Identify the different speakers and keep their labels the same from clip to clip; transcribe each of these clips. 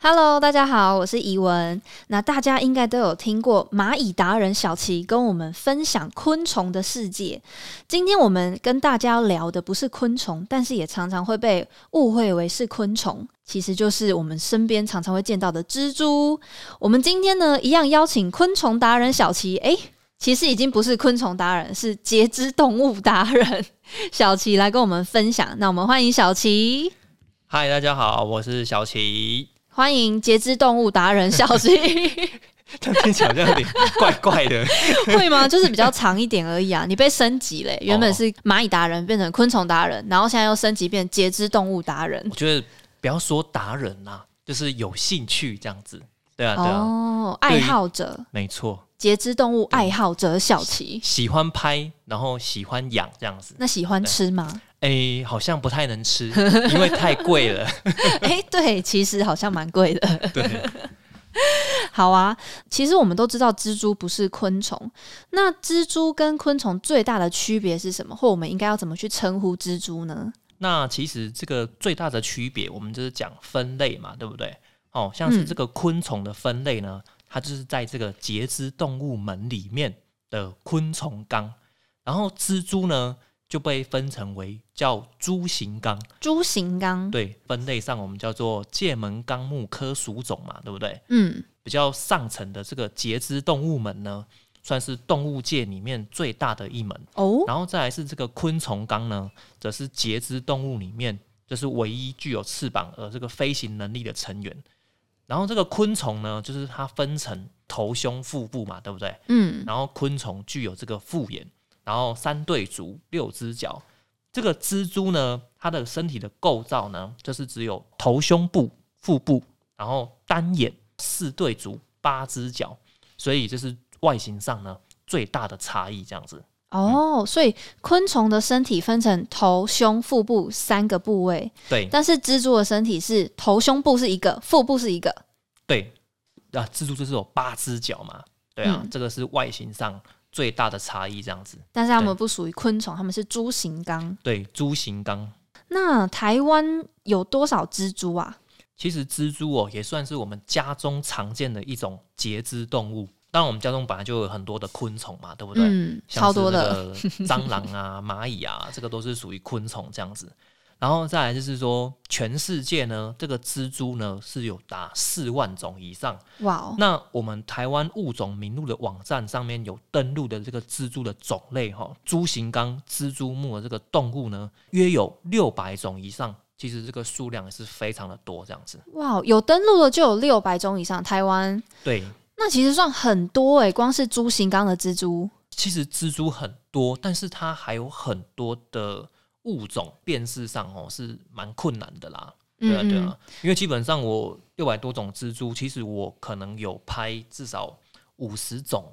Speaker 1: Hello，大家好，我是怡文。那大家应该都有听过蚂蚁达人小齐跟我们分享昆虫的世界。今天我们跟大家聊的不是昆虫，但是也常常会被误会为是昆虫，其实就是我们身边常常会见到的蜘蛛。我们今天呢，一样邀请昆虫达人小齐，诶，其实已经不是昆虫达人，是节肢动物达人小齐来跟我们分享。那我们欢迎小齐。
Speaker 2: 嗨，大家好，我是小 齐。
Speaker 1: 欢迎节肢动物达人小齐，
Speaker 2: 这样听起来好像有点怪怪的。
Speaker 1: 会吗？就是比较长一点而已啊。你被升级嘞，
Speaker 2: 哦
Speaker 1: 原本是蚂蚁达人变成昆虫达人，然后现在又升级变节肢动物达人
Speaker 2: 我。觉得不要说达人啦、啊就是有兴趣这样子。对啊，对啊，
Speaker 1: 哦，爱好者，
Speaker 2: 没错，
Speaker 1: 节肢动物爱好者小齐，
Speaker 2: 喜欢拍，然后喜欢养这样子。
Speaker 1: 那喜欢吃吗？
Speaker 2: 哎、好像不太能吃，因为太贵了。
Speaker 1: 哎， 对，其实好像蛮贵的。
Speaker 2: 对，
Speaker 1: 好啊，其实我们都知道蜘蛛不是昆虫，那蜘蛛跟昆虫最大的区别是什么？或我们应该要怎么去称呼蜘蛛呢？
Speaker 2: 那其实这个最大的区别，我们就是讲分类嘛，对不对？哦，像是这个昆虫的分类呢，它就是在这个节肢动物门里面的昆虫纲，然后蜘蛛呢就被分成为叫蛛形纲，
Speaker 1: 蛛形纲，
Speaker 2: 对，分类上我们叫做界门纲目科属种嘛，对不对？
Speaker 1: 嗯，
Speaker 2: 比较上层的这个节肢动物门呢，算是动物界里面最大的一门。
Speaker 1: 哦，
Speaker 2: 然后再来是这个昆虫纲呢，则是节肢动物里面就是唯一具有翅膀而这个飞行能力的成员。然后这个昆虫呢，就是它分成头、胸、腹部嘛，对不对？
Speaker 1: 嗯，
Speaker 2: 然后昆虫具有这个复眼，然后三对足、六只脚。这个蜘蛛呢，它的身体的构造呢，就是只有头、胸部、腹部，然后单眼、四对足、八只脚，所以这是外形上呢最大的差异，这样子。
Speaker 1: 哦，所以昆虫的身体分成头、胸、腹部三个部位，
Speaker 2: 对
Speaker 1: 但是蜘蛛的身体是头、胸部是一个，腹部是一个。
Speaker 2: 对，啊，蜘蛛就是有八只脚嘛，对啊，
Speaker 1: 嗯
Speaker 2: 这个是外形上最大的差异，这样子。
Speaker 1: 但是它们
Speaker 2: 对
Speaker 1: 不属于昆虫，它们是蛛形纲。
Speaker 2: 对，蛛形纲
Speaker 1: 那台湾有多少蜘蛛啊？
Speaker 2: 其实蜘蛛哦，也算是我们家中常见的一种节肢动物。当然，我们家中本来就有很多的昆虫嘛，对不对？
Speaker 1: 嗯，
Speaker 2: 像
Speaker 1: 超
Speaker 2: 是
Speaker 1: 多
Speaker 2: 那
Speaker 1: 的。
Speaker 2: 个蟑螂啊、 蚂蚁啊，这个都是属于昆虫这样子。然后再来就是说，全世界呢，这个蜘蛛呢是有达四万种以上。
Speaker 1: 哇哦，
Speaker 2: 那我们台湾物种名录的网站上面有登录的这个蜘蛛的种类哈、蛛形纲蜘蛛目的这个动物呢，约有六百种以上。其实这个数量也是非常的多，这样子。
Speaker 1: 哇哦，有登录的就有六百种以上。台湾
Speaker 2: 对，
Speaker 1: 那其实算很多诶、光是蛛形纲的蜘蛛。
Speaker 2: 其实蜘蛛很多，但是它还有很多的物种辨识上哦是蛮困难的啦。
Speaker 1: 嗯
Speaker 2: 对啊，对啊，因为基本上我六百多种蜘蛛，其实我可能有拍至少五十种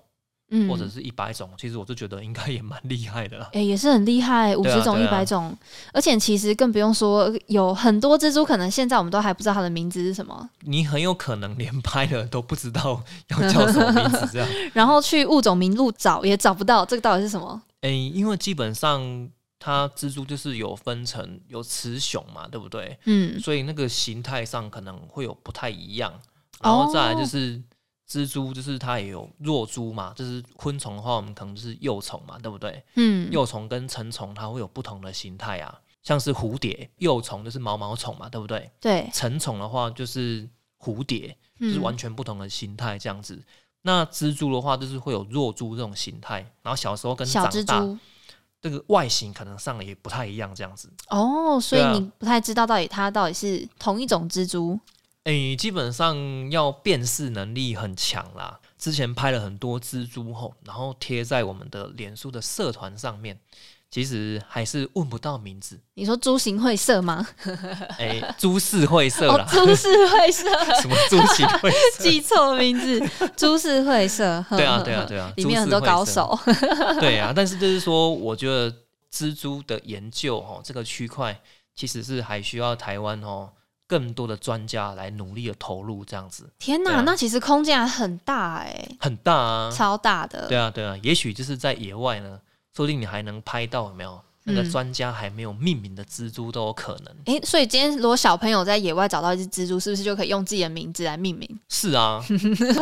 Speaker 1: 嗯，嗯
Speaker 2: 或者是一百种，其实我就觉得应该也蛮厉害的啦。
Speaker 1: 哎、也是很厉害，五
Speaker 2: 对啊
Speaker 1: 十种、一
Speaker 2: 对
Speaker 1: 百、
Speaker 2: 啊
Speaker 1: 种，而且其实更不用说，有很多蜘蛛，可能现在我们都还不知道它的名字是什么。
Speaker 2: 你很有可能连拍了都不知道要叫什么名 字，这样。
Speaker 1: 然后去物种名录找也找不到，这个到底是什么？
Speaker 2: 诶、因为基本上它蜘蛛就是有分成有雌雄嘛，对不对？
Speaker 1: 嗯，
Speaker 2: 所以那个形态上可能会有不太一样。
Speaker 1: 哦
Speaker 2: 然后再来就是蜘蛛，就是它也有弱蛛嘛，就是昆虫的话，我们可能就是幼虫嘛，对不对？
Speaker 1: 嗯，
Speaker 2: 幼虫跟成虫它会有不同的形态啊，像是蝴蝶，幼虫就是毛毛虫嘛，对不对？
Speaker 1: 对，
Speaker 2: 成虫的话就是蝴蝶，就是
Speaker 1: 嗯
Speaker 2: 完全不同的形态这样子。那蜘蛛的话，就是会有弱蛛这种形态，然后小时候跟
Speaker 1: 小
Speaker 2: 长
Speaker 1: 蜘
Speaker 2: 大
Speaker 1: 蛛
Speaker 2: 这个外形可能上的也不太一样这样子。
Speaker 1: 哦，所以
Speaker 2: 对啊
Speaker 1: 你不太知道到底它到底是同一种蜘蛛。
Speaker 2: 诶、基本上要辨识能力很强啦。之前拍了很多蜘蛛后，然后贴在我们的脸书的社团上面，其实还是问不到 名字。
Speaker 1: 你说蛛形会社吗？
Speaker 2: 诶、株式会社
Speaker 1: 哦
Speaker 2: 啦，，
Speaker 1: 株式会社，
Speaker 2: 什么株式会社？
Speaker 1: 记错名字， 株式会社。 呵
Speaker 2: 对啊，
Speaker 1: 呵
Speaker 2: 对啊，
Speaker 1: 呵
Speaker 2: 对啊，
Speaker 1: 里面有很多
Speaker 2: 株式会
Speaker 1: 高
Speaker 2: 社
Speaker 1: 手。
Speaker 2: 对啊，但是就是说，我觉得蜘蛛的研究哦，这个区块其实是还需要台湾哦更多的专家来努力的投入，这样子
Speaker 1: 天
Speaker 2: 对
Speaker 1: 哪，
Speaker 2: 啊
Speaker 1: 那其实空间还很大哎，
Speaker 2: 很大啊。
Speaker 1: 超大的。
Speaker 2: 对啊，对啊，也许就是在野外呢，说不定你还能拍到有没有那个
Speaker 1: 嗯
Speaker 2: 专家还没有命名的蜘蛛都有可能。
Speaker 1: 诶，所以今天如果小朋友在野外找到一只蜘蛛，是不是就可以用自己的名字来命名？
Speaker 2: 是啊，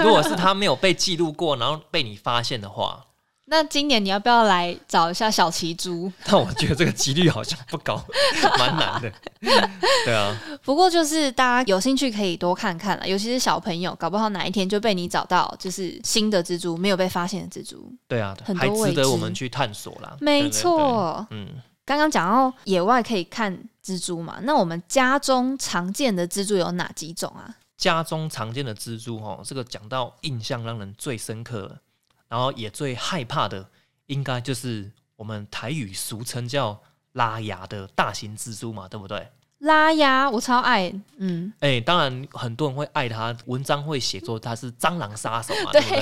Speaker 2: 如果是他没有被记录过，然后被你发现的话，
Speaker 1: 那今年你要不要来找一下小奇猪？
Speaker 2: 但我觉得这个几率好像不高，蛮难的。对啊，
Speaker 1: 不过就是大家有兴趣可以多看看了，尤其是小朋友，搞不好哪一天就被你找到，就是新的蜘蛛，没有被发现的蜘蛛。
Speaker 2: 对啊
Speaker 1: 很，多
Speaker 2: 还值
Speaker 1: 未
Speaker 2: 得
Speaker 1: 知
Speaker 2: 我们去探索啦。对
Speaker 1: 没
Speaker 2: 对对
Speaker 1: 错，
Speaker 2: 嗯，
Speaker 1: 刚刚讲到野外可以看蜘蛛嘛，那我们家中常见的蜘蛛有哪几种啊？
Speaker 2: 家中常见的蜘蛛哦，这个讲到印象让人最深刻了，然后也最害怕的，应该就是我们台语俗称叫拉牙的大型蜘蛛嘛，对不对？
Speaker 1: 拉呀，我超爱，嗯，
Speaker 2: 哎，当然很多人会爱它，文章会写作它是蟑螂杀手啊嘛，对 不对？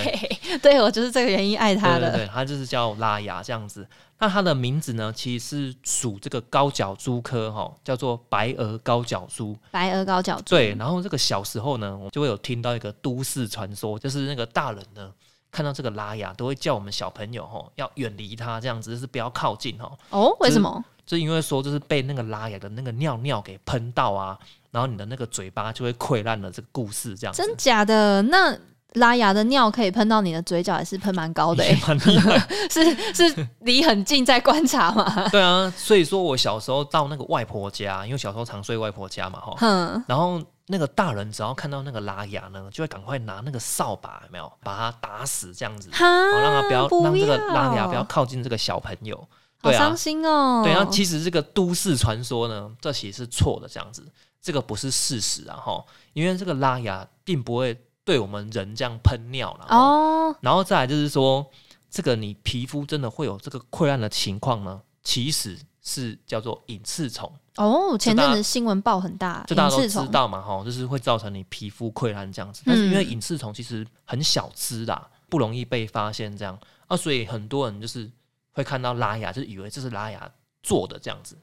Speaker 1: 对， 对我就是这个原因爱它
Speaker 2: 对
Speaker 1: 的。
Speaker 2: 对对，它就是叫拉牙这样子。那它的名字呢，其实是属这个高脚蛛科哈、叫做白额高脚蛛。
Speaker 1: 白额高脚蛛，
Speaker 2: 对，然后这个小时候呢，我就会有听到一个都市传说，就是那个大人呢看到这个拉雅，都会叫我们小朋友吼要远离它，这样子就是不要靠近吼，
Speaker 1: 哦，为什么？
Speaker 2: 就因为说就是被那个拉雅的那个尿尿给喷到啊，然后你的那个嘴巴就会溃烂了，这个故事这样子。
Speaker 1: 真假的？那拉牙的尿可以喷到你的嘴角，也是喷蛮高的、
Speaker 2: 也
Speaker 1: 欸，
Speaker 2: 蛮厉害，
Speaker 1: 是是离很近在观察嘛？
Speaker 2: 对啊，所以说我小时候到那个外婆家，因为小时候常睡外婆家 嘛，哈，
Speaker 1: 哼，
Speaker 2: 然后那个大人只要看到那个拉雅呢，就会赶快拿那个扫把，有没有把它打死这样子，好、
Speaker 1: 哈，
Speaker 2: 哦让他不要让这个
Speaker 1: 啊要
Speaker 2: 拉雅不要靠近这个小朋友。
Speaker 1: 好
Speaker 2: 对啊
Speaker 1: 伤心哦。
Speaker 2: 对，那其实这个都市传说呢，这其实是错的，这样子，这个不是事实啊哈，因为这个拉雅并不会对我们人这样喷尿了。齁，
Speaker 1: 哦，
Speaker 2: 然后再来就是说，这个你皮肤真的会有这个溃烂的情况呢，其实是叫做隐翅虫，
Speaker 1: 哦，前
Speaker 2: 大
Speaker 1: 阵
Speaker 2: 家
Speaker 1: 子新闻报很大，
Speaker 2: 这大家
Speaker 1: 隐
Speaker 2: 都
Speaker 1: 翅
Speaker 2: 知
Speaker 1: 虫
Speaker 2: 道嘛哈，齁就是会造成你皮肤溃烂这样子。但是因为
Speaker 1: 嗯
Speaker 2: 隐翅虫其实很小只啦，不容易被发现这样啊，所以很多人就是会看到拉雅，就是以为这是拉雅做的这样子。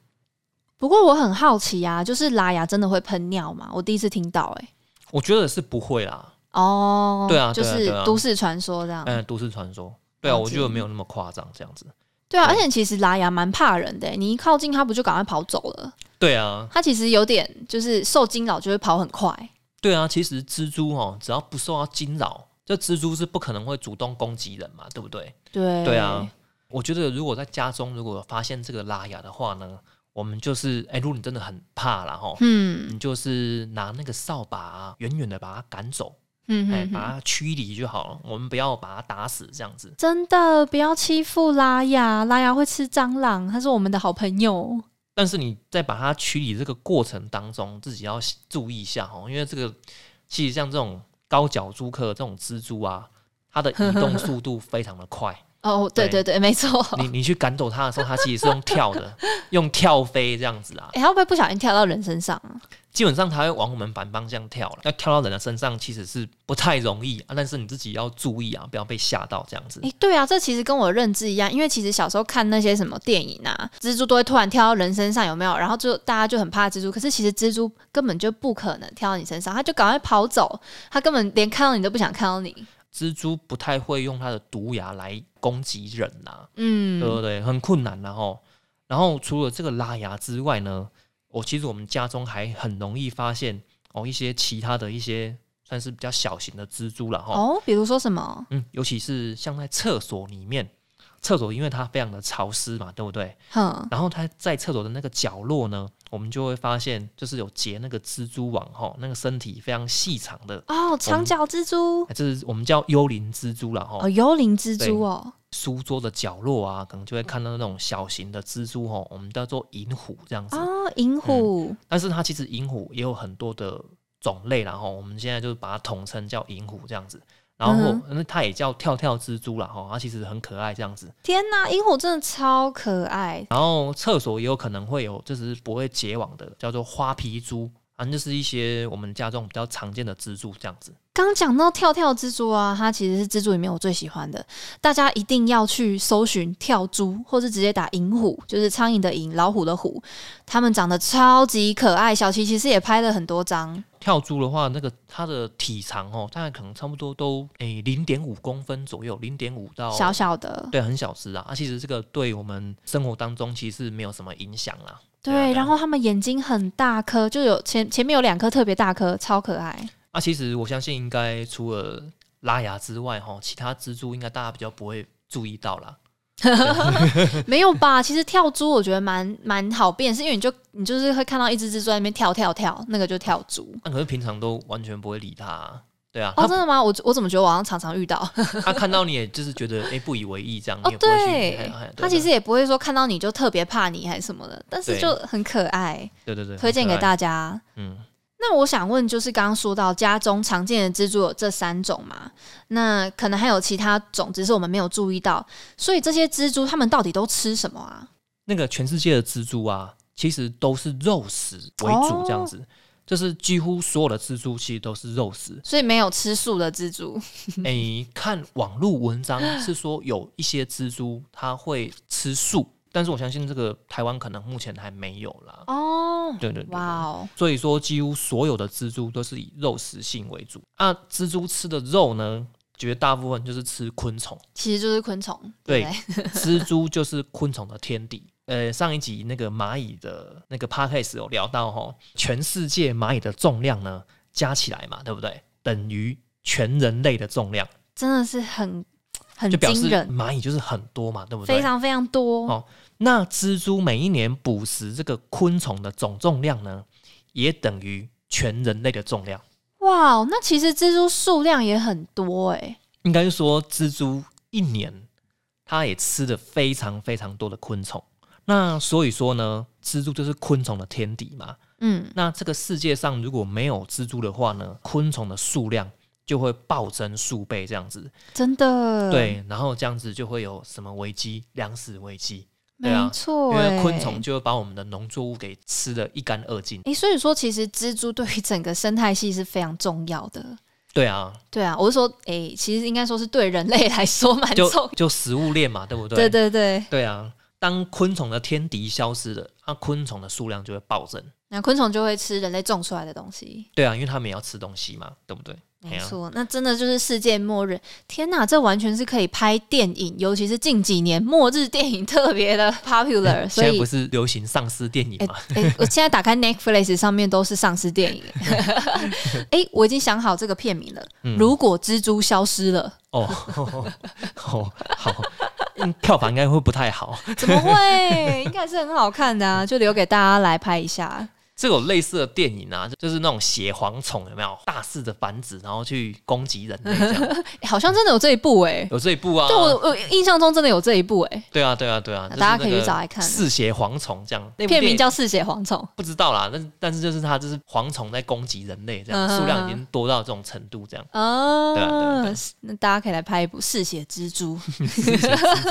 Speaker 1: 不过我很好奇啊，就是拉牙真的会喷尿吗？我第一次听到、欸，
Speaker 2: 我觉得是不会啦，
Speaker 1: 哦，
Speaker 2: 对啊
Speaker 1: 就
Speaker 2: 对啊
Speaker 1: 是
Speaker 2: 对啊
Speaker 1: 都市传说这样，
Speaker 2: 嗯，都市传说。对啊，
Speaker 1: 了解
Speaker 2: 我觉得没有那么夸张这样子。
Speaker 1: 对啊，而
Speaker 2: 对
Speaker 1: 且其实拉牙蛮怕人的欸、你一靠近它不就赶快跑走了？
Speaker 2: 对啊，
Speaker 1: 它其实有点就是受惊扰就会跑很快，
Speaker 2: 对啊，其实蜘蛛哦，只要不受到惊扰，这蜘蛛是不可能会主动攻击人嘛，对不对？
Speaker 1: 对，
Speaker 2: 对啊，，我觉得如果在家中如果有发现这个拉雅的话呢，我们就是，哎、如果你真的很怕啦吼，
Speaker 1: 嗯
Speaker 2: 你就是拿那个扫把啊远远的把它赶走，
Speaker 1: 嗯
Speaker 2: 哎、
Speaker 1: 嗯
Speaker 2: 把
Speaker 1: 嗯，
Speaker 2: 它驱离就好了，我们不要把它打死这样子。
Speaker 1: 真的不要欺负拉牙，拉牙会吃蟑螂，它是我们的好朋友。
Speaker 2: 但是你在把它驱离这个过程当中，自己要注意一下哦，因为这个其实像这种高脚蛛科这种蜘蛛啊，它的移动速度非常的快。
Speaker 1: 哦，对对
Speaker 2: 对
Speaker 1: 对，没错。
Speaker 2: 你你去赶走它的时候，它其实是用跳的，用跳飞这样子啊。
Speaker 1: 哎、它会不会不小心跳到人身上啊？
Speaker 2: 基本上它会往我们反方向跳了，要跳到人的身上其实是不太容易啊。但是你自己要注意啊，不要被吓到这样子
Speaker 1: 哎、。对啊，这其实跟我认知一样，因为其实小时候看那些什么电影啊，蜘蛛都会突然跳到人身上，有没有？然后就大家就很怕蜘蛛，可是其实蜘蛛根本就不可能跳到你身上，它就赶快跑走，它根本连看到你都不想看到你。
Speaker 2: 蜘蛛不太会用它的毒牙来攻击人呐、
Speaker 1: 嗯，
Speaker 2: 对不对？很困难然后，然后除了这个拉牙之外呢，我其实我们家中还很容易发现哦一些其他的一些算是比较小型的蜘蛛了哈。
Speaker 1: 哦，比如说什么？
Speaker 2: 嗯，尤其是像在厕所里面，厕所因为它非常的潮湿嘛，对不对？
Speaker 1: 哼，
Speaker 2: 然后它在厕所的那个角落呢，我们就会发现就是有结那个蜘蛛网哈，那个身体非常细长的，
Speaker 1: 哦，长脚蜘蛛，
Speaker 2: 哎这是我们叫幽灵蜘蛛了哈。
Speaker 1: 哦，幽灵蜘蛛哦，
Speaker 2: 书桌的角落啊，可能就会看到那种小型的蜘蛛吼，我们叫做银虎这样子。
Speaker 1: 哦，银虎，
Speaker 2: 但是它其实银虎也有很多的种类啦，然后我们现在就是把它统称叫银虎这样子。然后
Speaker 1: 嗯
Speaker 2: 或那、它也叫跳跳蜘蛛啦，哈，它其实很可爱这样子。
Speaker 1: 天哪，银虎真的超可爱。
Speaker 2: 然后厕所也有可能会有，就是不会结网的，叫做花皮蛛反正就是一些我们家中比较常见的蜘蛛这样子。
Speaker 1: 刚讲到跳跳蜘蛛啊，它其实是蜘蛛里面我最喜欢的，大家一定要去搜寻跳蛛，或是直接打银虎，就是苍蝇的蝇，老虎的虎，它们长得超级可爱。小琪其实也拍了很多张，
Speaker 2: 跳蛛的话，那个它的体长哦，大概可能差不多都诶零点五公分左右，零点五到
Speaker 1: 小小的，
Speaker 2: 对，很小只啊。啊，其实这个对我们生活当中其实没有什么影响啦。对啊
Speaker 1: 对，然后它们眼睛很大颗，就有前前面有两颗特别大颗，超可爱。
Speaker 2: 啊，其实我相信应该除了拉牙之外，哈，其他蜘蛛应该大家比较不会注意到啦。
Speaker 1: 没有吧？ 其实跳蛛我觉得蛮蛮好辨识，因为你就你就是会看到一只蜘蛛在那边跳跳跳，那个就跳蛛。
Speaker 2: 那、可是平常都完全不会理它啊、对啊，
Speaker 1: 哦，真的吗？我我怎么觉得我好像常常遇到？
Speaker 2: 它它看到你也就是觉得哎、诶不以为意这样，
Speaker 1: 哦
Speaker 2: 你也不会去
Speaker 1: 对
Speaker 2: 哎哎
Speaker 1: 它其实也不会说看到你就特别怕你还是什么的，但是
Speaker 2: 对
Speaker 1: 就很可爱，
Speaker 2: 对对对，
Speaker 1: 推荐给
Speaker 2: 家。
Speaker 1: 大家。
Speaker 2: 嗯，
Speaker 1: 那我想问，就是刚刚说到家中常见的蜘蛛有这三种嘛？那可能还有其他种，只是我们没有注意到。所以这些蜘蛛它们到底都吃什么啊？，
Speaker 2: 那个全世界的蜘蛛啊，其实都是肉食为主这样子。就是几乎所有的蜘蛛其实都是肉食
Speaker 1: 所以没有吃素的蜘蛛，
Speaker 2: 诶、看网络 文章是说有一些蜘蛛它会吃素，但是我相信这个台湾可能目前还没有啦。
Speaker 1: 哦，
Speaker 2: 对对对对
Speaker 1: 哇哦，
Speaker 2: 所以说几乎所有的蜘蛛都是以肉食性为主。那、蜘蛛吃的肉呢，绝大部分就是吃 昆虫，
Speaker 1: 其实就是昆虫，
Speaker 2: 对
Speaker 1: 不
Speaker 2: 蜘蛛就是昆虫的天敌。呃，上一集那个蚂蚁的那个 podcast 有聊到哈，全世界蚂蚁的重量呢加起来嘛，对不对？等于全人类的重量，
Speaker 1: 真的是很很
Speaker 2: 就表示
Speaker 1: 惊人，
Speaker 2: 蚂蚁就是很多嘛，对不对？
Speaker 1: 非常非常多，
Speaker 2: 哦那蜘蛛每一年捕食这个昆虫的总重量呢，也等于全人类的重量。
Speaker 1: 哇哦，那其实蜘蛛数量也很多哎、
Speaker 2: 应该是说蜘蛛一年它也吃了非常非常多的昆虫。那所以说呢，蜘蛛就是昆虫的天敌嘛。
Speaker 1: 嗯，
Speaker 2: 那这个世界上如果没有蜘蛛的话呢，昆虫的数量就会暴增数倍这样子。
Speaker 1: 真的，，
Speaker 2: 对，然后这样子就会有什么危机？粮食危机，对啊
Speaker 1: 没错、
Speaker 2: 因
Speaker 1: 欸，
Speaker 2: 为昆虫就会把我们的农作物给吃得一干二净。
Speaker 1: 诶，所以说其实蜘蛛对于整个生态系是非常重要的。
Speaker 2: 对啊，
Speaker 1: 对啊，我是说，诶，其实应该说是对人类来说蛮重
Speaker 2: 就 就食物链嘛，对不对？
Speaker 1: 对对对，
Speaker 2: 对啊，当昆虫的天敌消失了，那、昆虫的数量就会暴增。
Speaker 1: 那昆虫就会吃人类种出来的东西。
Speaker 2: 对啊，因为他们也要吃东西嘛，对不哎对？
Speaker 1: 没错，那真的就是世界末日！天哪，这完全是可以拍电影，尤其是近几年末日电影特别 的 popular，所
Speaker 2: 现在
Speaker 1: 以哎
Speaker 2: 不是流行丧尸电影嘛？
Speaker 1: 诶，我现在打开 Netflix 上面都是丧尸电影。 诶，我已经想好这个片名了，
Speaker 2: 嗯
Speaker 1: 如果蜘蛛消失了，
Speaker 2: 哦 哦，好，嗯票房应该会不太好。
Speaker 1: 怎么会？ 应该是很好看的啊，就留给大家来拍一下。
Speaker 2: 这有类似的电影啊，就是那种血蝗虫有没有大肆的繁殖，然后去攻击人类这 样？
Speaker 1: 欸好像真的有这一部哎、欸。
Speaker 2: 有这一部啊？
Speaker 1: 就我我印象中真的有这一部哎、
Speaker 2: 对啊，对啊，对啊，就是
Speaker 1: 大家可以
Speaker 2: 那个
Speaker 1: 去找来看
Speaker 2: 嗜血蝗虫这样，那部
Speaker 1: 片
Speaker 2: 电
Speaker 1: 名
Speaker 2: 影
Speaker 1: 叫《嗜血蝗虫》。
Speaker 2: 不知道啦，但但是就是它就是蝗虫在攻击人类这
Speaker 1: 嗯
Speaker 2: 样，
Speaker 1: 哼
Speaker 2: 数量已
Speaker 1: 哼
Speaker 2: 经多到这种程度这样。对啊对啊
Speaker 1: 哦
Speaker 2: 对啊，
Speaker 1: 是那大家可以来拍一部《嗜血蜘蛛》。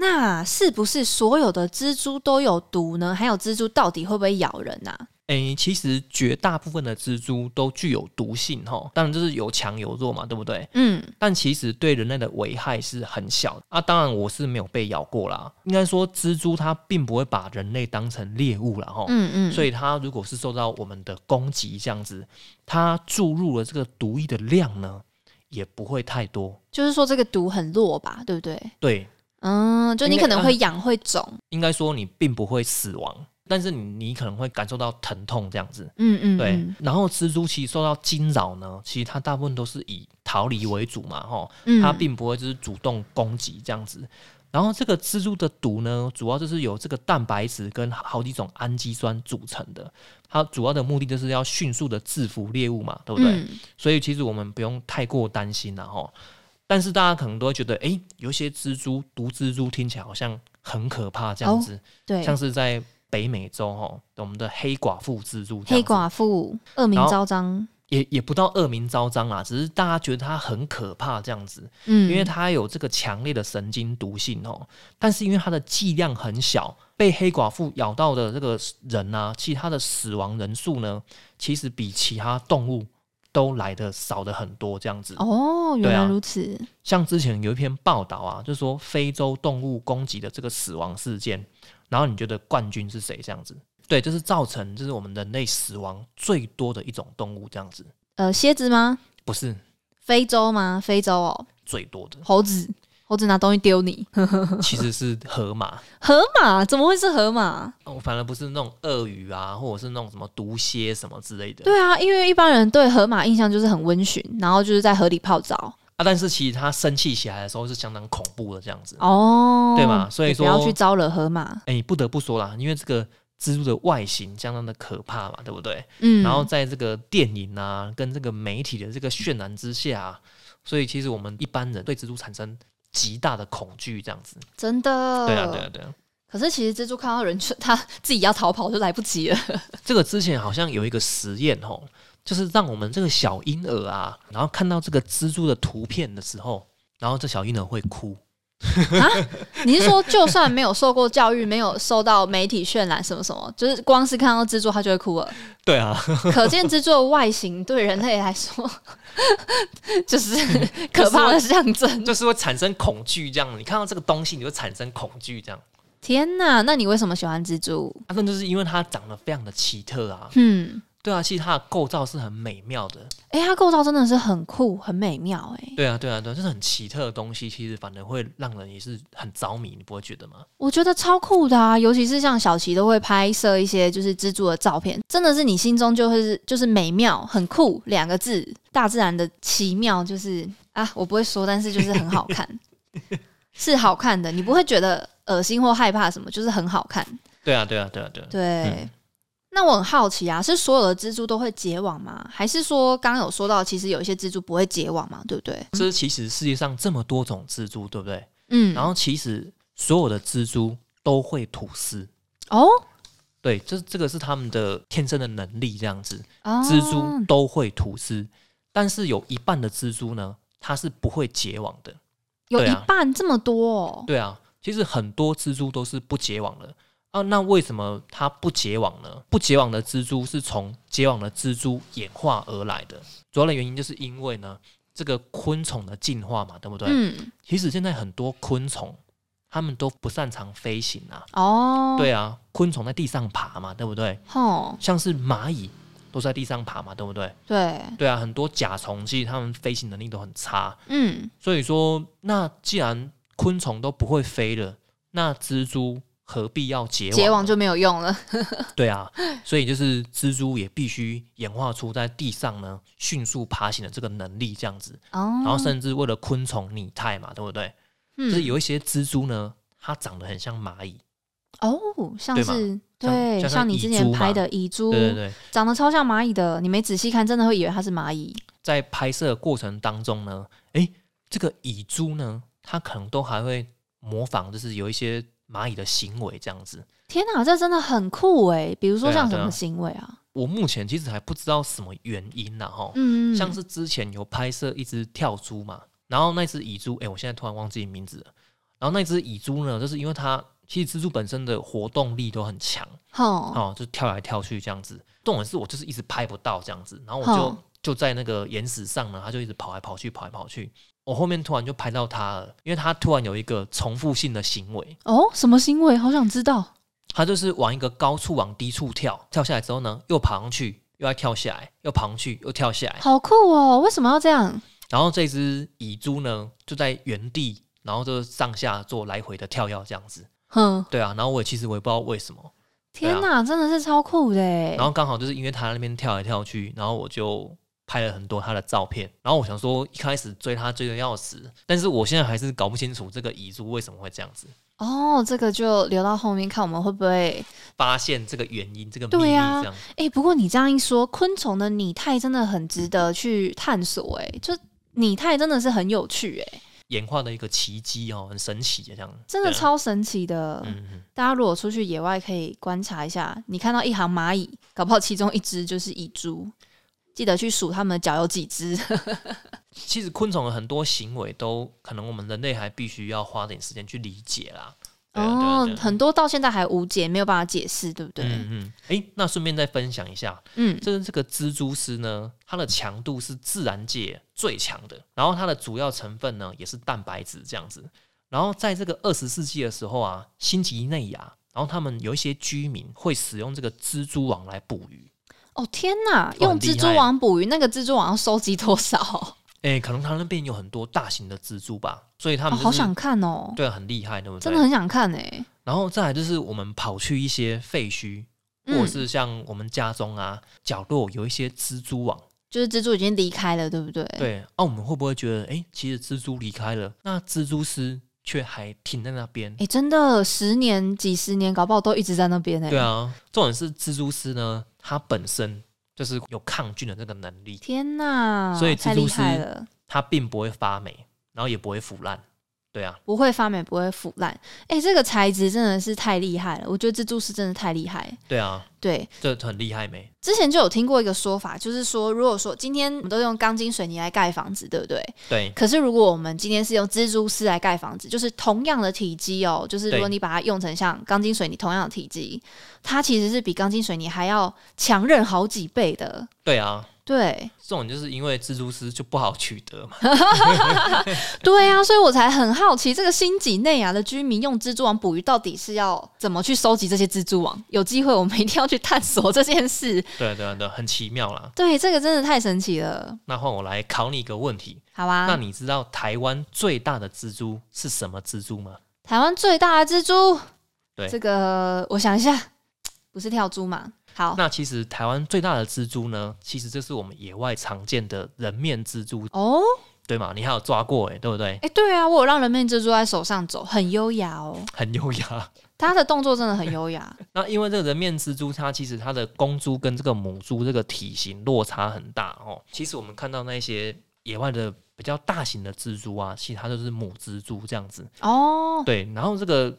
Speaker 1: 那是不是所有的蜘蛛都有毒呢？还有蜘蛛到底会不会咬人啊？
Speaker 2: 诶、其实绝大部分的蜘蛛都具有毒性哈，当然就是有强有弱嘛，对不对？
Speaker 1: 嗯，
Speaker 2: 但其实对人类的危害是很小的啊。当然我是没有被咬过啦，应该说蜘蛛它并不会把人类当成猎物啦哈。
Speaker 1: 嗯嗯，
Speaker 2: 哦所
Speaker 1: 以
Speaker 2: 以它如果是受到我们的攻击这样子，它注入了这个毒液的量呢，也不会太多。
Speaker 1: 就是说这个毒很弱吧，对不对？
Speaker 2: 对，
Speaker 1: 嗯，就你可能
Speaker 2: 应该
Speaker 1: 会痒会肿，
Speaker 2: 应该说你并不会死亡，但是你你可能会感受到疼痛这样子。
Speaker 1: 嗯嗯，
Speaker 2: 对
Speaker 1: 嗯，
Speaker 2: 然后蜘蛛其实受到惊扰呢，其实它大部分都是以逃离为主嘛，哈，
Speaker 1: 嗯，
Speaker 2: 它并不会就是主动攻击这样子。然后这个蜘蛛的毒呢，主要就是由这个蛋白质跟好几种氨基酸组成的，它主要的目的就是要迅速的制服猎物嘛，对不对？
Speaker 1: 嗯
Speaker 2: 所以其实我们不用太过担心啦，哈。但是大家可能都会觉得，诶，有一些蜘蛛毒蜘蛛听起来好像很可怕这样
Speaker 1: 哦
Speaker 2: 子，
Speaker 1: 对，
Speaker 2: 像是在北美洲哈，我们的黑寡妇蜘蛛这样子，
Speaker 1: 黑寡妇恶名
Speaker 2: 然后
Speaker 1: 昭彰，
Speaker 2: 也也不到恶名昭彰啦，只是大家觉得它很可怕这样子，
Speaker 1: 嗯，
Speaker 2: 因为它有这个强烈的神经毒性哦、但是因为它的剂量很小，被黑寡妇咬到的这个人啊，其他的死亡人数呢，其实比其他动物都来的少的很多这样子。
Speaker 1: 哦，原
Speaker 2: 对啊
Speaker 1: 来如此，
Speaker 2: 像之前有一篇报道啊，就说非洲动物攻击的这个死亡事件，然后你觉得冠军是谁？这样子，对，这是造成就是我们人类死亡最多的一种动物，这样子，
Speaker 1: 呃，蝎子吗？
Speaker 2: 不是
Speaker 1: 非洲吗？非洲哦，，
Speaker 2: 最多的
Speaker 1: 猴子，猴子拿东西丢你，
Speaker 2: 其实是河 马。
Speaker 1: 河马怎么会是河马？
Speaker 2: 哦，反而不是那种鳄鱼啊，或者是那种什么毒蝎什么之类的。
Speaker 1: 对啊，因为一般人对河马印象就是很温驯，然后就是在河里泡澡
Speaker 2: 啊，但是其实它生气起来的时候是相当恐怖的这样子。
Speaker 1: 哦，
Speaker 2: 对嘛所以
Speaker 1: 也不要
Speaker 2: 说
Speaker 1: 去招惹河马，
Speaker 2: 哎、不得不说啦，因为这个蜘蛛的外形相当的可怕嘛，对不对？
Speaker 1: 嗯，
Speaker 2: 然后在这个电影啊，跟这个媒体的这个渲染之下、啊，所以其实我们一般人对蜘蛛产生极大的恐惧，这样子。
Speaker 1: 真的，
Speaker 2: 对啊，对啊，对啊。
Speaker 1: 可是其实蜘蛛看到人就它自己要逃跑就来不及了，
Speaker 2: 这个之前好像有一个实验哦，就是让我们这个小婴儿啊，然后看到这个蜘蛛的图片的时候，然后这小婴儿会哭。
Speaker 1: 你是说，就算没有受过教育，没有受到媒体渲染什么什么，就是光是看到蜘蛛，它就会哭了。
Speaker 2: 对啊，
Speaker 1: 可见蜘蛛的外形对人类来说， 就是可怕的象征。
Speaker 2: 就是会产生恐惧，这样你看到这个东西，你会产生恐惧，这样。
Speaker 1: 天哪，那你为什么喜欢蜘蛛？
Speaker 2: 啊，那就是因为它长得非常的奇特啊，
Speaker 1: 嗯，
Speaker 2: 对啊，其实它的构造是很美妙的，
Speaker 1: 哎、它构造真的是很酷，很美妙、诶，哎，
Speaker 2: 对啊，对啊，对啊，就是很奇特的东西，其实反而会让人也是很着迷，你不会觉得吗？
Speaker 1: 我觉得超酷的啊！尤其是像小琪都会拍摄一些就是蜘蛛的照片，真的是你心中就会是就是美妙、很酷两个字，大自然的奇妙就是啊，我不会说，但是就是很好看，是好看的，你不会觉得恶心或害怕什么，就是很好看。
Speaker 2: 对啊，对啊，对啊，对啊。
Speaker 1: 对，
Speaker 2: 嗯
Speaker 1: 那我很好奇啊，是所有的蜘蛛都会结网吗？还是说刚刚有说到，其实有一些蜘蛛不会结网嘛，对不对？
Speaker 2: 这其实世界上这么多种蜘蛛，对不对？
Speaker 1: 嗯，
Speaker 2: 然后其实所有的蜘蛛都会吐丝，
Speaker 1: 哦，
Speaker 2: 对，这这个是他们的天生的能力，这样子，
Speaker 1: 啊
Speaker 2: 蜘蛛都会吐丝，但是有一半的蜘蛛呢，它是不会结网的。
Speaker 1: 有
Speaker 2: 对
Speaker 1: 一
Speaker 2: 啊
Speaker 1: 半这么多、哦，
Speaker 2: 对啊，其实很多蜘蛛都是不结网的啊。那为什么它不结网呢？不结网的蜘蛛是从结网的蜘蛛演化而来的，主要的原因就是因为呢，这个昆虫的进化嘛，对不对？
Speaker 1: 嗯。
Speaker 2: 其实现在很多昆虫，它们都不擅长飞行啊。
Speaker 1: 哦，，
Speaker 2: 对啊，昆虫在地上爬嘛，对不对？
Speaker 1: 吼，
Speaker 2: 像是蚂蚁都是在地上爬嘛，对不对？
Speaker 1: 对，
Speaker 2: 对啊，很多甲虫其实它们飞行能力都很差，
Speaker 1: 嗯，
Speaker 2: 所以说，那既然昆虫都不会飞了，那蜘蛛何必要结网呢？
Speaker 1: 结网就没有用了。
Speaker 2: 对啊，所以就是蜘蛛也必须演化出在地上呢迅速爬行的这个能力，这样子。
Speaker 1: 哦，
Speaker 2: 然后甚至为了昆虫拟态嘛，对不对？
Speaker 1: 嗯
Speaker 2: 就是有一些蜘蛛呢，它长得很像蚂蚁，
Speaker 1: 哦，像
Speaker 2: 对嘛
Speaker 1: 是
Speaker 2: 像
Speaker 1: 对，
Speaker 2: 像
Speaker 1: 像你
Speaker 2: 蚁
Speaker 1: 之前
Speaker 2: 蛛嘛
Speaker 1: 拍的蚁蛛，
Speaker 2: 对对对，
Speaker 1: 长得超像蚂蚁的，你没仔细看，真的会以为它是蚂蚁。
Speaker 2: 在拍摄的过程当中呢，诶，这个蚁蛛呢，它可能都还会模仿，就是有一些蚂蚁的行为这样子。
Speaker 1: 天哪，这真的很酷哎！比如说
Speaker 2: 对啊
Speaker 1: 像什
Speaker 2: 对啊
Speaker 1: 么行为啊？
Speaker 2: 我目前其实还不知道什么原因然后、
Speaker 1: 嗯，
Speaker 2: 像是之前有拍摄一只跳蛛嘛，然后那只蚁蛛，哎、我现在突然忘记名字了。然后那只蚁蛛呢，就是因为它其实蜘蛛本身的活动力都很强
Speaker 1: 吼，
Speaker 2: 哦，就跳来跳去这样子。重点是我就是一直拍不到这样子，然后我就、
Speaker 1: 哦
Speaker 2: 就在那个岩石上呢，它就一直跑来跑去，跑来跑去。我后面突然就拍到它了，因为它突然有一个重复性的行为，
Speaker 1: 哦，什么行为？好想知道。
Speaker 2: 它就是往一个高处往低处跳，跳下来之后呢，又爬上去，又再跳下来，又爬上去，又跳下来。
Speaker 1: 好酷哦！为什么要这样？
Speaker 2: 然后这只蚁蛛呢，就在原地，然后就上下做来回的跳跃这样子。
Speaker 1: 哼，
Speaker 2: 对啊，然后我也其实我也不知道为什么，
Speaker 1: 天哪，真的是超酷的哎
Speaker 2: 啊然！后刚好就是因为它在那边跳来跳去，然后我就拍了很多它的照片。然后我想说，一开始追它追的要死，但是我现在还是搞不清楚这个蚁蛛为什么会这样子。
Speaker 1: 哦，这个就留到后面看我们会不会
Speaker 2: 发现这个原因，这个秘
Speaker 1: 对
Speaker 2: 密
Speaker 1: 啊
Speaker 2: 这样，
Speaker 1: 哎、不过你这样一说，昆虫的拟态真的很值得去探索、哎，就拟态真的是很有趣、哎，
Speaker 2: 演化的一个奇迹哦，很神奇的这样，
Speaker 1: 真的
Speaker 2: 对啊
Speaker 1: 超神奇的。
Speaker 2: 嗯嗯，嗯
Speaker 1: 大家如果出去野外，可以观察一下，你看到一行蚂蚁，搞不好其中一只就是蚁蛛，记得去数它们的脚有几只。
Speaker 2: 啊其实昆虫的很多行为都可能我们人类还必须要花点时间去理解啦。对啊对啊
Speaker 1: 哦
Speaker 2: 对，啊
Speaker 1: 很多到现在还无解，没有办法解释，对不对？
Speaker 2: 嗯嗯，诶，那顺便再分享一下，
Speaker 1: 嗯
Speaker 2: 这这个蜘蛛丝呢，它的强度是自然界最强的，然后它的主要成分呢也是蛋白质这样子。然后在这个二十世纪的时候啊，新几内亚，啊然后他们有一些居民会使用这个蜘蛛网来捕鱼。
Speaker 1: 哦天哪，
Speaker 2: 哇
Speaker 1: 用
Speaker 2: 很厉
Speaker 1: 蜘蛛
Speaker 2: 害
Speaker 1: 网捕鱼，那个蜘蛛网要收集多少？哦，
Speaker 2: 诶，可能他那边有很多大型的蜘蛛吧，所以他们、就是
Speaker 1: 好想看哦，
Speaker 2: 对啊很厉害，对不对？
Speaker 1: 真的很想看哎、
Speaker 2: 然后再来就是我们跑去一些废墟，或者
Speaker 1: 嗯，
Speaker 2: 是像我们家中啊、角落有一些蜘蛛网，
Speaker 1: 就是蜘蛛已经离开了，对不对？
Speaker 2: 对，啊，我们会不会觉得，哎、其实蜘蛛离开了，那蜘蛛丝却还停在那边？
Speaker 1: 哎、真的，十年、几十年，搞不好都一直在那边哎、
Speaker 2: 对，啊，重点是蜘蛛丝呢，它本身就是有抗菌的这个能力，
Speaker 1: 天哪，
Speaker 2: 所以
Speaker 1: 太
Speaker 2: 蜘蛛
Speaker 1: 厉害
Speaker 2: 丝
Speaker 1: 了。
Speaker 2: 它并不会发霉，然后也不会腐烂。对啊，
Speaker 1: 不会发霉，不会腐烂。哎、这个材质真的是太厉害了，我觉得蜘蛛丝真的太厉害。
Speaker 2: 对啊，
Speaker 1: 对，
Speaker 2: 这很厉害没？
Speaker 1: 之前就有听过一个说法，就是说，如果说今天我们都用钢筋水泥来盖房子，对不对？
Speaker 2: 对，啊
Speaker 1: 可是如果我们今天是用蜘蛛丝来盖房子，就是同样的体积哦，就是如果
Speaker 2: 对
Speaker 1: 你把它用成像钢筋水泥同样的体积，它其实是比钢筋水泥还要强韧好几倍的。
Speaker 2: 对啊，
Speaker 1: 对
Speaker 2: 这种就是因为蜘蛛丝就不好取得嘛。
Speaker 1: 对啊，所以我才很好奇，这个新几内啊亚的居民用蜘蛛网捕鱼到底是要怎么去收集这些蜘蛛网？有机会我们一定要去探索这件事。
Speaker 2: 对啊对啊对啊，很奇妙啦。
Speaker 1: 对，这个真的太神奇了。
Speaker 2: 那换我来考你一个问题，
Speaker 1: 好
Speaker 2: 那
Speaker 1: 啊，
Speaker 2: 你知道台湾最大的蜘蛛是什么蜘蛛吗？
Speaker 1: 台湾最大的蜘蛛，
Speaker 2: 对
Speaker 1: 这个我想一下，不是跳蛛嘛？好，
Speaker 2: 那其实台湾最大的蜘蛛呢，其实这是我们野外常见的人面蜘蛛，
Speaker 1: 哦。
Speaker 2: 对吗？你还有抓过哎、对不对？
Speaker 1: 哎、对啊，我有让人面蜘蛛在手上走，很优雅哦。
Speaker 2: 很优雅。
Speaker 1: 它的动作真的很优雅。
Speaker 2: 那因为这个人面蜘蛛，它其实它的公猪跟这个母猪这个体型落差很大哦。其实我们看到那些野外的比较大型的蜘蛛啊，其实它就是母蜘蛛这样子。
Speaker 1: 哦，
Speaker 2: 对，然后这个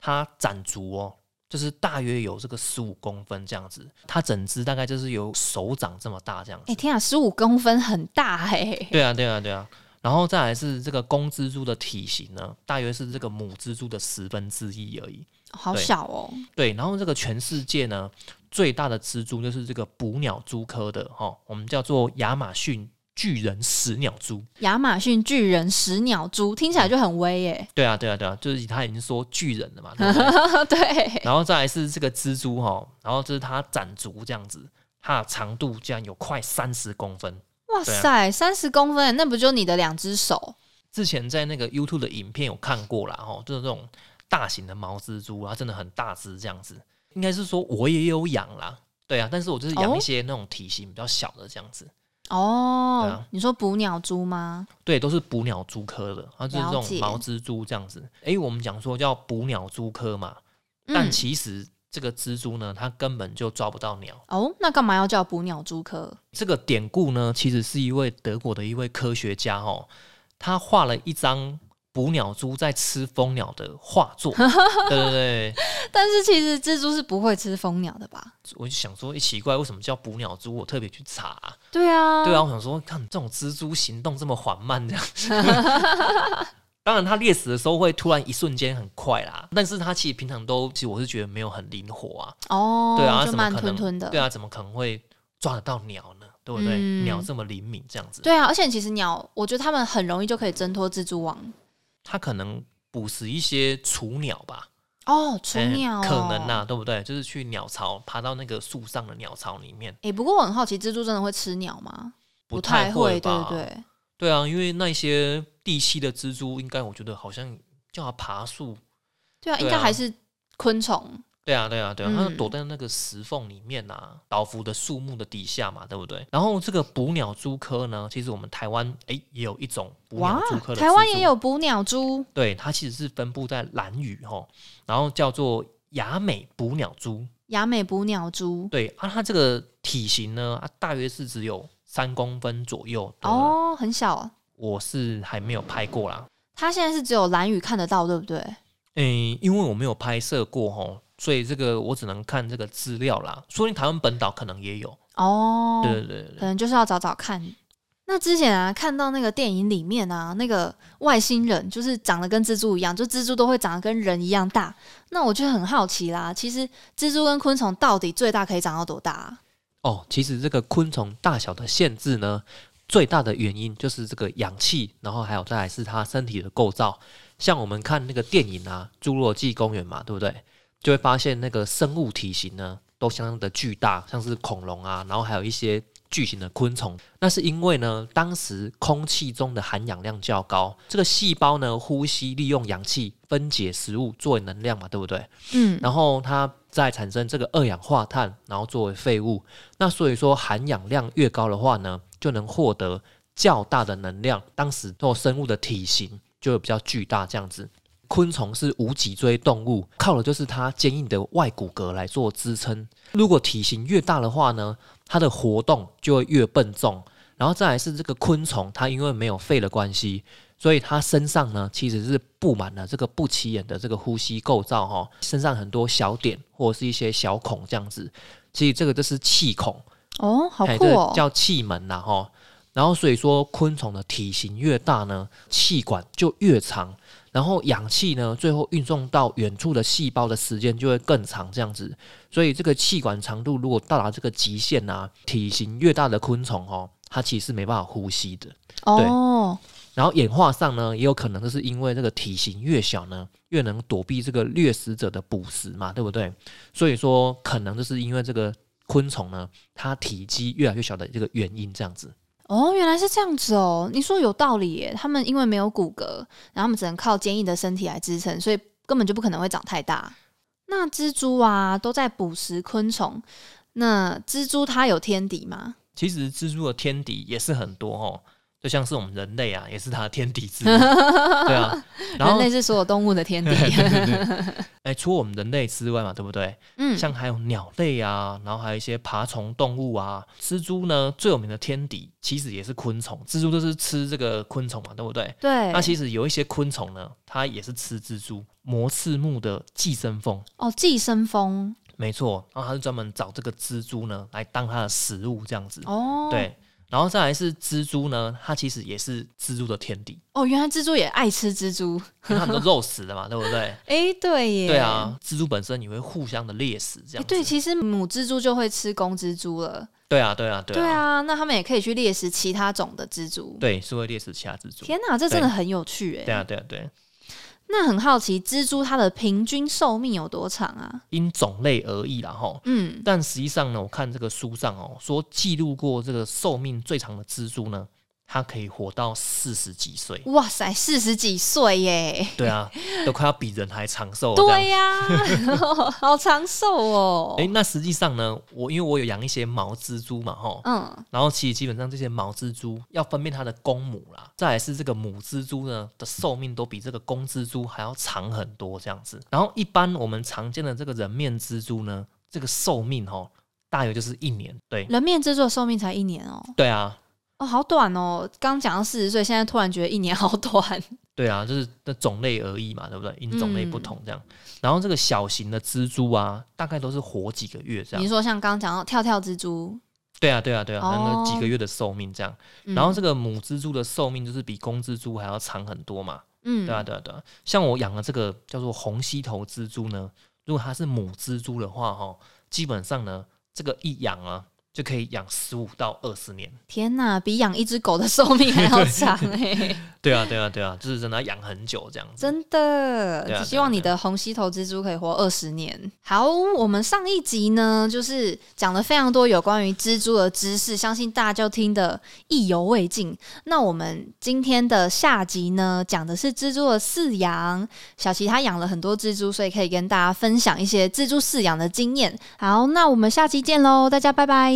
Speaker 2: 它展足哦，就是大约有这个十五公分这样子，它整只大概就是有手掌这么大这样子。
Speaker 1: 哎、天啊，十五公分很大哎、
Speaker 2: 对啊，对啊，对啊。然后再来是这个公蜘蛛的体型呢，大约是这个母蜘蛛的十分之一而已。
Speaker 1: 好
Speaker 2: 对
Speaker 1: 小哦。
Speaker 2: 对，然后这个全世界呢最大的蜘蛛就是这个捕鸟蛛科的哈、哦，我们叫做亚马逊巨人食鸟蛛。
Speaker 1: 亚马逊巨人食鸟蛛听起来就很威耶、
Speaker 2: 对啊，对啊，对啊，就是他已经说巨人了嘛。对不对
Speaker 1: 对，
Speaker 2: 然后再来是这个蜘蛛哈、哦，然后这是它展足这样子，它的长度竟然有快三十公分。
Speaker 1: 哇
Speaker 2: 对啊
Speaker 1: 塞，三十公分，那不就你的两只手？
Speaker 2: 之前在那个 YouTube 的影片有看过啦，哦，就是这种大型的毛蜘蛛啊，真的很大只这样子。应该是说我也有养啦，对啊，但是我就是养
Speaker 1: 哦
Speaker 2: 一些那种体型比较小的这样子。
Speaker 1: 哦，
Speaker 2: 对啊
Speaker 1: 你说捕鸟蛛吗？
Speaker 2: 对，都是捕鸟蛛科的，然后就是这
Speaker 1: 了解
Speaker 2: 种毛蜘蛛这样子。诶、我们讲说叫捕鸟蛛科嘛，但
Speaker 1: 嗯，
Speaker 2: 其实这个蜘蛛呢，它根本就抓不到鸟。
Speaker 1: 哦，那干嘛要叫捕鸟蛛科？
Speaker 2: 这个典故呢，其实是一位德国的一位科学家哦，他画了一张捕鸟蛛在吃蜂鸟的画 作。对对对，
Speaker 1: 但是其实蜘蛛是不会吃蜂鸟的吧？
Speaker 2: 我就想说，诶奇怪，为什么叫捕鸟蛛？我特别去查、
Speaker 1: 对啊，
Speaker 2: 对啊，我想说，看这种蜘蛛行动这么缓慢， 这样。当然，它猎食的时候会突然一瞬间很快啦，但是它其实平常都，其实我是觉得没有很灵活啊。
Speaker 1: 哦，
Speaker 2: 对啊，
Speaker 1: 就
Speaker 2: 怎么
Speaker 1: 慢
Speaker 2: 可
Speaker 1: 吞
Speaker 2: 能？
Speaker 1: 吞的，
Speaker 2: 对啊，怎么可能会抓得到鸟呢？对不对？
Speaker 1: 嗯
Speaker 2: 鸟这么灵敏，这样子，
Speaker 1: 对啊，而且其实鸟，我觉得它们很容易就可以挣脱蜘蛛网。
Speaker 2: 它可能捕食一些雏鸟吧，
Speaker 1: 哦，雏鸟、
Speaker 2: 哎可能呐、、对不对？就是去鸟巢，爬到那个树上的鸟巢里面，
Speaker 1: 哎、不过我很好奇，蜘蛛真的会吃鸟吗？不
Speaker 2: 太
Speaker 1: 会，对
Speaker 2: 吧？
Speaker 1: 不对？
Speaker 2: 对啊，因为那些地栖的蜘蛛，应该我觉得好像叫它爬树。
Speaker 1: 对啊，
Speaker 2: 对
Speaker 1: 应
Speaker 2: 啊
Speaker 1: 该还是昆虫。
Speaker 2: 对啊，对啊，对啊，
Speaker 1: 嗯
Speaker 2: 它就躲在那个石缝里面啊，倒伏的树木的底下嘛，对不对？然后这个捕鸟蛛科呢，其实我们台湾诶也有一种捕鸟蛛科的，
Speaker 1: 台湾也，有捕鸟蛛
Speaker 2: 对，它其实是分布在兰屿吼，然后叫做雅美捕鸟蛛，
Speaker 1: 雅美捕鸟蛛。
Speaker 2: 对啊，它这个体型呢，啊、大约是只有三公分左右，对不对，
Speaker 1: 哦，很小。
Speaker 2: 我是还没有拍过啦，
Speaker 1: 它现在是只有蓝雨看得到，对不对？
Speaker 2: 诶，因为我没有拍摄过吼，所以这个我只能看这个资料啦。说不定台湾本岛可能也有，
Speaker 1: 哦，
Speaker 2: 对对对对
Speaker 1: 可
Speaker 2: 对，
Speaker 1: 能就是要找找看。那之前啊，看到那个电影里面啊，那个外星人就是长得跟蜘蛛一样，就蜘蛛都会长得跟人一样大。那我就很好奇啦，其实蜘蛛跟昆虫到底最大可以长到多大、啊？
Speaker 2: 哦，其实这个昆虫大小的限制呢，最大的原因就是这个氧气，然后还有再来是它身体的构造。像我们看那个电影啊，《侏罗纪公园》嘛，对不对？就会发现那个生物体型呢都相当的巨大，像是恐龙啊，然后还有一些巨型的昆虫。那是因为呢，当时空气中的含氧量较高，这个细胞呢呼吸利用氧气分解食物作为能量嘛，对不对？
Speaker 1: 嗯，
Speaker 2: 然后它再产生这个二氧化碳，然后作为废物。那所以说含氧量越高的话呢，就能获得较大的能量。当时做生物的体型就会比较巨大，这样子。昆虫是无脊椎动物，靠的就是它坚硬的外骨骼来做支撑。如果体型越大的话呢，它的活动就会越笨重。然后再来是这个昆虫，它因为没有肺的关系，所以它身上呢其实是布满了这个不起眼的这个呼吸构造哈、哦，身上很多小点或者是一些小孔这样子。其实这个就是气孔，
Speaker 1: 哦，好
Speaker 2: 哎
Speaker 1: 酷
Speaker 2: 这个
Speaker 1: 哦，
Speaker 2: 叫气门啦哈。然后所以说，昆虫的体型越大呢，气管就越长，然后氧气呢，最后运送到远处的细胞的时间就会更长，这样子。所以这个气管长度如果到达这个极限啊，体型越大的昆虫哦，它其实是没办法呼吸的。
Speaker 1: 哦，
Speaker 2: 然后演化上呢，也有可能就是因为这个体型越小呢，越能躲避这个掠食者的捕食嘛，对不对？所以说，可能就是因为这个昆虫呢，它体积越来越小的这个原因，这样子。
Speaker 1: 哦，原来是这样子哦，你说有道理耶。他们因为没有骨骼，然后他们只能靠坚硬的身体来支撑，所以根本就不可能会长太大。那蜘蛛啊，都在捕食昆虫。那蜘蛛它有天敌吗？
Speaker 2: 其实蜘蛛的天敌也是很多哦，就像是我们人类啊，也是它的天敌 之一。对啊，然
Speaker 1: 人
Speaker 2: 后
Speaker 1: 类是所有动物的 天敌。
Speaker 2: 哎，除了我们人类之外嘛，对不对？
Speaker 1: 嗯，
Speaker 2: 像还有鸟类啊，然后还有一些爬虫动物啊。蜘蛛呢，最有名的天敌其实也是昆虫，蜘蛛就是吃这个昆虫嘛，对不对？
Speaker 1: 对
Speaker 2: 那，其实有一些昆虫呢，它也是吃蜘蛛，膜翅目的寄生蜂，
Speaker 1: 哦，寄生蜂
Speaker 2: 没错，然后它是专门找这个蜘蛛呢来当它的食物这样子，
Speaker 1: 哦，，
Speaker 2: 嗯对。然后再来是蜘蛛呢，它其实也是蜘蛛的天敌，
Speaker 1: 哦，原来蜘蛛也爱吃蜘 蛛。
Speaker 2: 因为它们都肉食的嘛，对不对？
Speaker 1: 诶， 对耶，
Speaker 2: 对啊，蜘蛛本身也会互相的猎食这
Speaker 1: 诶。
Speaker 2: 样子。
Speaker 1: 对，其实母蜘蛛就会吃公蜘蛛了。
Speaker 2: 对啊，对啊，对
Speaker 1: 对
Speaker 2: 啊，
Speaker 1: 啊，那它们也可以去猎食其他种的蜘蛛。
Speaker 2: 对，是会猎食其他蜘蛛。
Speaker 1: 天哪，这真的
Speaker 2: 对
Speaker 1: 很有趣哎。
Speaker 2: 对啊，对啊，对啊。
Speaker 1: 那很好奇，蜘蛛它的平均寿命有多长啊？
Speaker 2: 因种类而异啦，吼。
Speaker 1: 嗯，。
Speaker 2: 但实际上呢，我看这个书上哦，说记录过这个寿命最长的蜘蛛呢，它可以活到四十几岁
Speaker 1: 哇塞，四十几岁耶！
Speaker 2: 对啊，都快要比人还长寿哦了。这样
Speaker 1: 对呀、 好长寿哦。
Speaker 2: 诶，那实际上呢，我因为我有养一些毛蜘蛛嘛，吼。
Speaker 1: 嗯，
Speaker 2: 然后其实基本上这些毛蜘蛛要分辨它的公母啦，再来是这个母蜘蛛呢的寿命都比这个公蜘蛛还要长很多这样子。然后一般我们常见的这个人面蜘蛛呢，这个寿命哦大约就是一年。对
Speaker 1: 人面蜘蛛的寿命才一年哦，
Speaker 2: 对啊，
Speaker 1: 哦，好短哦。刚讲到四十岁，现在突然觉得一年好 短。
Speaker 2: 对啊，就是那种类而异嘛，对不对？因种类不同这样。
Speaker 1: 嗯
Speaker 2: 然后这个小型的蜘蛛啊，大概都是活几个月这
Speaker 1: 你
Speaker 2: 样。
Speaker 1: 说像刚讲到跳跳蜘蛛，
Speaker 2: 对啊，对啊，对啊，
Speaker 1: 嗯哦
Speaker 2: 那个几个月的寿命这样。
Speaker 1: 嗯、
Speaker 2: 然后这个母蜘蛛的寿命就是比公蜘蛛还要长很多嘛。
Speaker 1: 嗯，
Speaker 2: 对啊，对啊，对啊。像我养的这个叫做红溪头蜘蛛呢，如果它是母蜘蛛的话，哈，基本上呢，这个一养啊，就可以养十五到二十年。
Speaker 1: 天哪，比养一只狗的寿命还要 长哎，
Speaker 2: 对啊，对啊，对啊，就是真的要养很久这样子。
Speaker 1: 真的，
Speaker 2: 对啊
Speaker 1: 希望你的红溪头蜘蛛可以活二十年。好，我们上一集呢，就是讲了非常多有关于蜘蛛的知识，相信大家就听得意犹未尽。那我们今天的下集呢，讲的是蜘蛛的饲养。小琪他养了很多蜘蛛，所以可以跟大家分享一些蜘蛛饲养的经验。好，那我们下期见喽，大家拜拜。